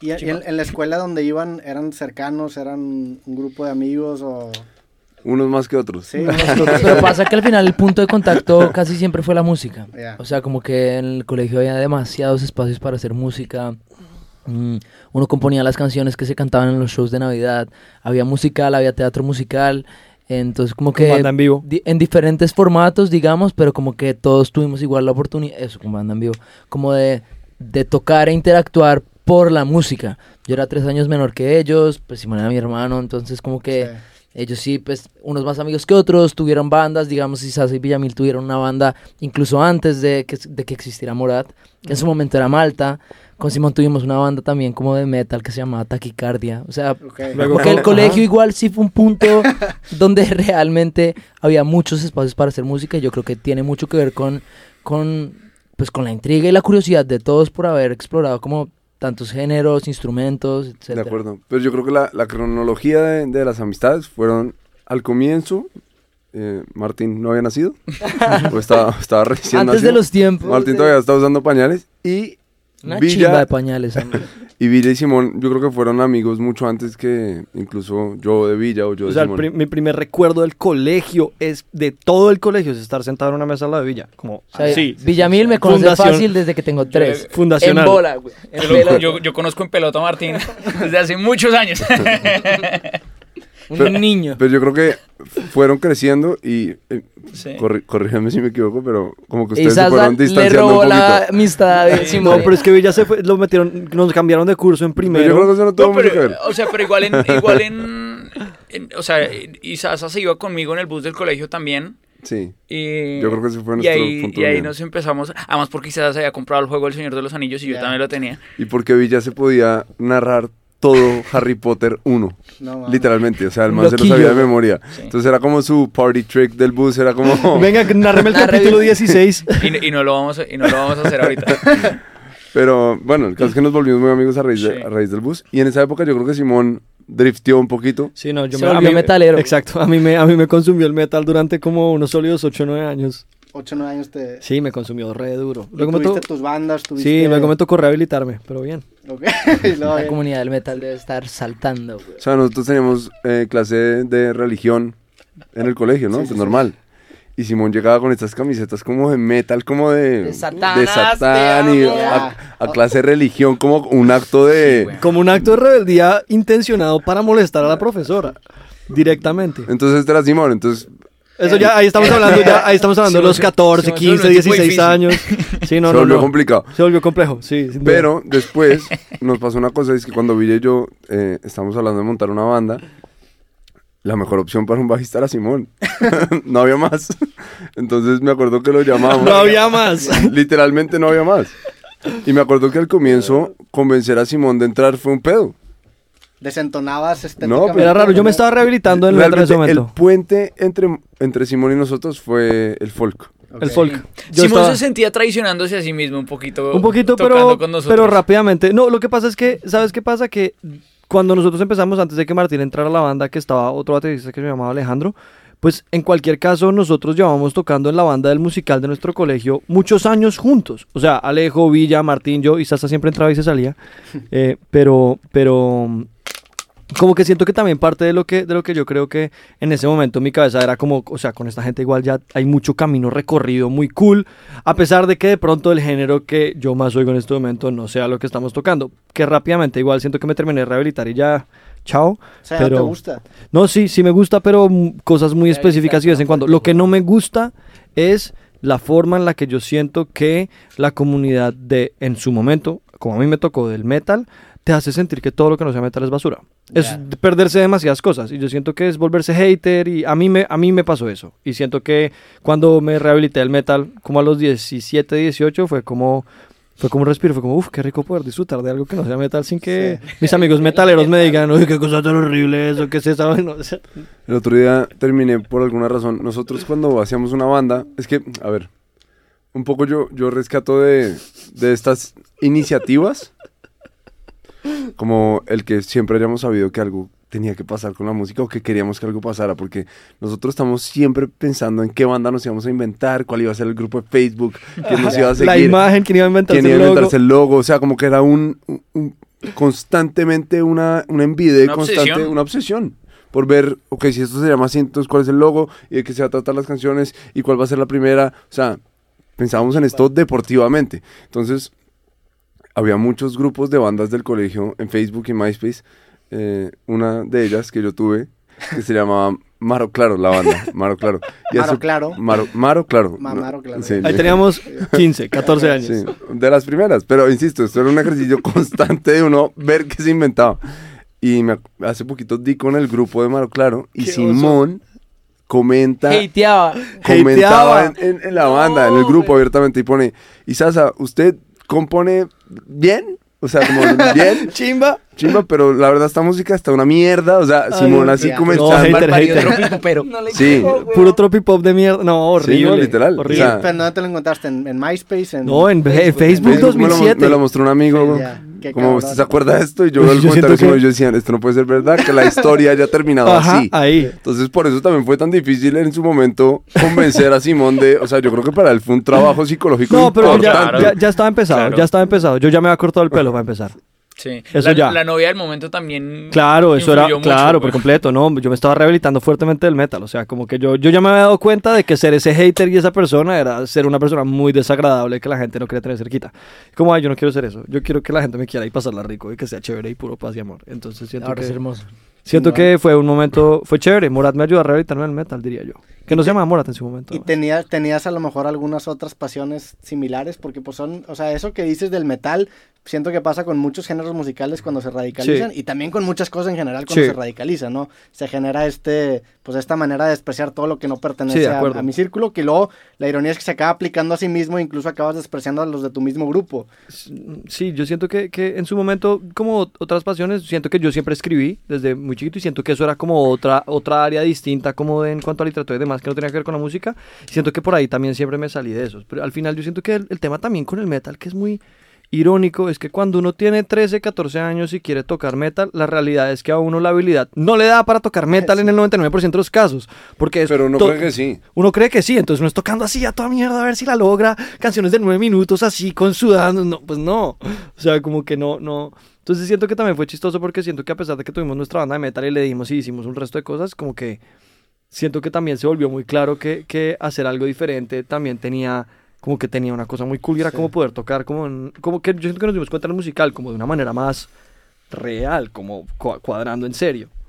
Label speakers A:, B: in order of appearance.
A: ¿Y, y en, en, la escuela donde iban eran cercanos, eran un grupo de amigos o...?
B: Unos más que otros.
A: Sí, más que otros.
C: Lo que pasa es que al final el punto de contacto casi siempre fue la música.
A: Ya.
C: O sea, como que en el colegio había demasiados espacios para hacer música. Mm, Uno componía las canciones que se cantaban en los shows de Navidad. Había musical, había teatro musical. Entonces, como que.
D: banda en vivo.
C: di- en diferentes formatos, digamos, pero como que todos tuvimos igual la oportunidad. Eso, como banda en vivo. Como de, de tocar e interactuar por la música. Yo era tres años menor que ellos, pues Simón era mi hermano, entonces, como que.
A: Sí.
C: Ellos sí, pues, unos más amigos que otros, tuvieron bandas, digamos, Sasa y Villamil tuvieron una banda incluso antes de que, de que existiera Morat, que en su momento era Malta. Con Simón tuvimos una banda también como de metal que se llamaba Taquicardia. O sea,
A: Ok.
D: Luego-
C: porque el
D: Ajá.
C: colegio igual sí fue un punto donde realmente había muchos espacios para hacer música y yo creo que tiene mucho que ver con, con, pues, con la intriga y la curiosidad de todos por haber explorado como tantos géneros, instrumentos, etc.
B: De acuerdo. Pero yo creo que la, la cronología de, de las amistades fueron al comienzo. eh, Martín no había nacido. o estaba, estaba recién
C: Antes de
B: nacido.
C: los tiempos.
B: Martín
C: de-
B: todavía estaba usando pañales. Y
C: Una chimba
B: Villa,
C: de pañales. hombre.
B: y Villa y Simón, yo creo que fueron amigos mucho antes que incluso yo de Villa o yo
D: O
B: de
D: sea, el
B: Simón.
D: pri- mi primer recuerdo del colegio es de todo el colegio es estar sentado en una mesa al lado de Villa. Como
C: O sea,
D: así.
C: Villamil me conoce
D: Fundación- eh,
C: fácil desde que tengo tres.
D: Fundacional.
C: En bola, güey. En
E: Yo,
C: pelota.
E: lo- yo- yo conozco en pelota a Martín desde hace muchos años.
C: un
B: Pero-
C: niño.
B: Pero yo creo que fueron creciendo y eh,
E: Sí.
B: corri- corrígeme si me equivoco, pero como que
C: Y
B: ustedes se
C: Sasa
B: fueron
C: le
B: distanciando un
C: robó la
B: poquito.
C: amistad de
D: No,
C: Simón.
D: pero es que Villa se fue, lo metieron, nos cambiaron de curso en
B: Pero yo
D: primero.
B: creo que eso no tuvo
E: No,
B: mucho que
E: pero,
B: ver.
E: o sea, pero igual en, igual en, en- o sea, y Sasa se iba conmigo en el bus del colegio también.
B: Sí.
E: Y,
B: Yo creo que ese fue
E: y
B: nuestro
E: ahí,
B: punto
E: Y
B: de
E: ahí
B: unión.
E: nos empezamos, además porque quizás había comprado el juego El Señor de los Anillos y yo
A: Ya.
E: también lo tenía.
B: Y porque Villa se podía narrar todo Harry Potter 1.
A: No, mames.
B: Literalmente, o sea, el man se lo
C: Loquillo.
B: sabía de memoria. Entonces era como su party trick del bus, era como...
D: Venga, que narreme el
C: Narre-
D: capítulo 16.
E: Y, no- y no lo vamos a, y no lo vamos a hacer ahorita.
B: Pero bueno, el caso es que nos volvimos muy amigos a raíz, de-
E: Sí.
B: a raíz del bus. Y en esa época yo creo que Simón drifteó un poquito.
D: Sí, no, yo
C: Se
D: me, a
C: volvió
D: mí-
C: metalero.
D: Exacto, a mí, me, a mí me consumió el metal durante como unos sólidos 8 o 9 años.
A: Ocho, nueve años te...
D: Sí, me consumió re duro.
A: y
D: Luego me
A: tuviste
D: to-
A: tus bandas, tuviste...
D: Sí, luego me Ah, tocó rehabilitarme, pero bien.
A: Ok, y luego
C: La
A: bien.
C: comunidad del metal debe estar saltando, güey.
B: O sea, nosotros teníamos eh, clase de, de religión en el colegio, ¿no?
A: Sí,
B: Pues
A: sí, sí.
B: normal. Y Simón llegaba con estas camisetas como de metal, como de...
C: De Satanás,
B: de Satán
C: te
B: y
C: amo.
B: a, a clase de religión como un acto de...
D: Como un acto de rebeldía intencionado para molestar a la profesora. Directamente.
B: entonces este era Simón, entonces
D: Eso ya, ahí estamos hablando, ya, ahí estamos hablando de
E: Sí,
D: los
E: sí,
D: 14, 15,
E: sí, sí, sí, fue
D: 16
E: difícil.
D: años. Sí, no,
B: se
D: no,
B: volvió
D: no.
B: complejo.
D: Se volvió complejo, sí. sin duda.
B: Pero después nos pasó una cosa, es que cuando Villa y yo eh, estábamos hablando de montar una banda, la mejor opción para un bajista era Simón. no había más. Entonces me acuerdo que lo llamamos.
D: No había más.
B: Literalmente no había más. Y me acuerdo que al comienzo convencer a Simón de entrar fue un pedo.
A: Desentonabas
B: No,
D: Era raro, yo me estaba rehabilitando en el metal en ese
B: Realmente el
D: momento.
B: puente entre, entre Simón y nosotros fue el folk.
D: El, folk. Yo
E: Simón
D: estaba-
E: se sentía traicionándose a sí mismo un poquito.
D: Un poquito,
E: tocando
D: pero,
E: con nosotros.
D: pero rápidamente. No, lo que pasa es que, ¿sabes qué pasa? Que cuando nosotros empezamos, antes de que Martín entrara a la banda, que estaba otro baterista que se llamaba Alejandro, pues en cualquier caso nosotros llevábamos tocando en la banda del musical de nuestro colegio muchos años juntos. O sea, Alejo, Villa, Martín, yo y Sasa siempre entraba y se salía. Eh, pero, pero como que siento que también parte de lo que, de lo que yo creo que en ese momento en mi cabeza era como, o sea, con esta gente igual ya hay mucho camino recorrido, muy cool, a pesar de que de pronto el género que yo más oigo en este momento no sea lo que estamos tocando, que rápidamente igual siento que me terminé de rehabilitar y ya, chao.
A: O sea, no
D: pero,
A: te gusta.
D: no, sí, sí me gusta, pero mm, cosas muy específicas y de vez en cuando. Lo que no me gusta es la forma en la que yo siento que la comunidad de, en su momento, como a mí me tocó del metal, te hace sentir que todo lo que no sea metal es basura. Es
A: Ya.
D: de perderse demasiadas cosas y yo siento que es volverse hater y a mí me, a mí me pasó eso. Y siento que cuando me rehabilité del metal, como a los 17, 18, fue como... Fue como un respiro, fue como, uff, qué rico poder disfrutar de algo que no sea metal sin que mis amigos metaleros me digan, uy, qué cosa tan horrible eso, qué es esa vaina?" O sea,
B: El otro día terminé por alguna razón. Nosotros cuando hacíamos una banda, es que, a ver, un poco yo, yo rescato de, de estas iniciativas, como el que siempre hayamos sabido que algo tenía que pasar con la música o que queríamos que algo pasara, porque nosotros estamos siempre pensando en qué banda nos íbamos a inventar, cuál iba a ser el grupo de Facebook, quién nos Pues iba a seguir
D: La imagen que iba a inventarse
B: quién iba
D: el
B: a
D: logo.
B: inventarse el logo, o sea, como que era un, un- un- constantemente una, una envidia y
E: Una
B: constante,
E: obsesión.
B: una obsesión. Por ver, ok, si esto se llama así, entonces cuál es el logo y de qué se va a tratar las canciones y cuál va a ser la primera. O sea, pensábamos en esto deportivamente. Entonces, había muchos grupos de bandas del colegio en Facebook y MySpace. Eh, una de ellas que yo tuve, que se llamaba Maro Claro, la banda. Maro Claro.
A: Maro
B: hace-
A: Claro.
B: Maro, Maro Claro.
A: Ma-
B: ¿no?
A: Maro Claro.
B: Sí,
D: Ahí
B: sí.
D: teníamos 15, 14 años.
B: Sí, de las primeras, pero insisto, esto era un ejercicio constante de uno ver qué se inventaba. Y me ac- hace poquito di con el grupo de Maro Claro y
D: Qué oso.
B: Simón comenta,
C: Hateaba.
B: comentaba en,
D: hateaba.
B: en- en la banda, en el grupo abiertamente y pone, y Sasa, ¿usted compone bien? O sea, como bien,
D: Chimba.
B: chimba, pero la verdad esta música está una mierda. O sea, Simón así
A: ya.
B: comenzando.
D: No, hater,
E: Barbaridad,
D: hater.
E: otro pico, pero.
B: sí,
D: Puro tropipop de mierda. No, horrible.
B: Sí, no, literal.
A: Y,
D: horrible.
B: O sea,
A: pero ¿dónde te lo encontraste? ¿En, en MySpace? En,
D: no, en fe- Facebook,
B: Me lo- me lo-
D: 2007.
B: Me lo, mostró un amigo.
A: Sí, ya. Qué
B: como,
A: cabrón.
B: ¿usted se acuerda de esto? Y yo
D: Pues
B: veo el
D: yo siento
B: comentario
D: que-
B: como yo decía, esto no puede ser verdad, que la historia haya terminado
D: Ajá,
B: así.
D: ahí.
B: Entonces, por eso también fue tan difícil en su momento convencer a Simón de... O sea, yo creo que para él fue un trabajo psicológico
D: No, pero ya,
B: importante.
D: ya, ya estaba empezado,
E: Claro.
D: ya estaba empezado. Yo ya me había cortado el pelo para empezar.
E: Sí.
D: Eso
E: la,
D: ya.
E: la novia del momento también.
D: Claro, eso era,
E: influyó mucho,
D: claro, por
E: pues.
D: completo, no, yo me estaba rehabilitando fuertemente del metal, o sea, como que yo, yo ya me había dado cuenta de que ser ese hater y esa persona era ser una persona muy desagradable que la gente no quería tener cerquita. Como, ay, yo no quiero ser eso, yo quiero que la gente me quiera y pasarla rico y que sea chévere y puro paz y amor. Entonces siento
C: Ahora es
D: que...
C: hermoso.
D: Siento que fue un momento, fue chévere. Morat me ayudó a rehabilitarme el metal, diría yo. Que no se llamaba Morat en su momento.
A: Y
D: además.
A: tenías, tenías a lo mejor algunas otras pasiones similares, porque pues son, o sea, eso que dices del metal, siento que pasa con muchos géneros musicales cuando se radicalizan y también con muchas cosas en general cuando
D: Sí.
A: se radicalizan, ¿no? Se genera este, pues esta manera de despreciar todo lo que no pertenece
D: Sí, de
A: a,
D: acuerdo.
A: a mi círculo, que luego la ironía es que se acaba aplicando a sí mismo, incluso acabas despreciando a los de tu mismo grupo.
D: Sí, yo siento que, que en su momento, como otras pasiones, siento que yo siempre escribí desde muy chiquito y siento que eso era como otra, otra área distinta, como en cuanto a literatura y demás, que no tenía que ver con la música. Siento que por ahí también siempre me salí de eso. Pero al final yo siento que el, el tema también con el metal, que es muy irónico, es que cuando uno tiene 13, 14 años y quiere tocar metal, la realidad es que a uno la habilidad no le da para tocar metal en el 99% de los casos. Porque es
B: Pero no
D: to-
B: creo que sí.
D: uno cree que sí, entonces uno es tocando así a toda mierda a ver si la logra, canciones de nueve minutos así, con sudando, no, pues no, o sea, como que no, no. Entonces siento que también fue chistoso porque siento que a pesar de que tuvimos nuestra banda de metal y le dimos y hicimos un resto de cosas, como que siento que también se volvió muy claro que, que hacer algo diferente también tenía, como que tenía una cosa muy cool y era como poder tocar, como, en- como que yo siento que nos dimos cuenta en el musical, como de una manera más real, como cua- cuadrando en serio.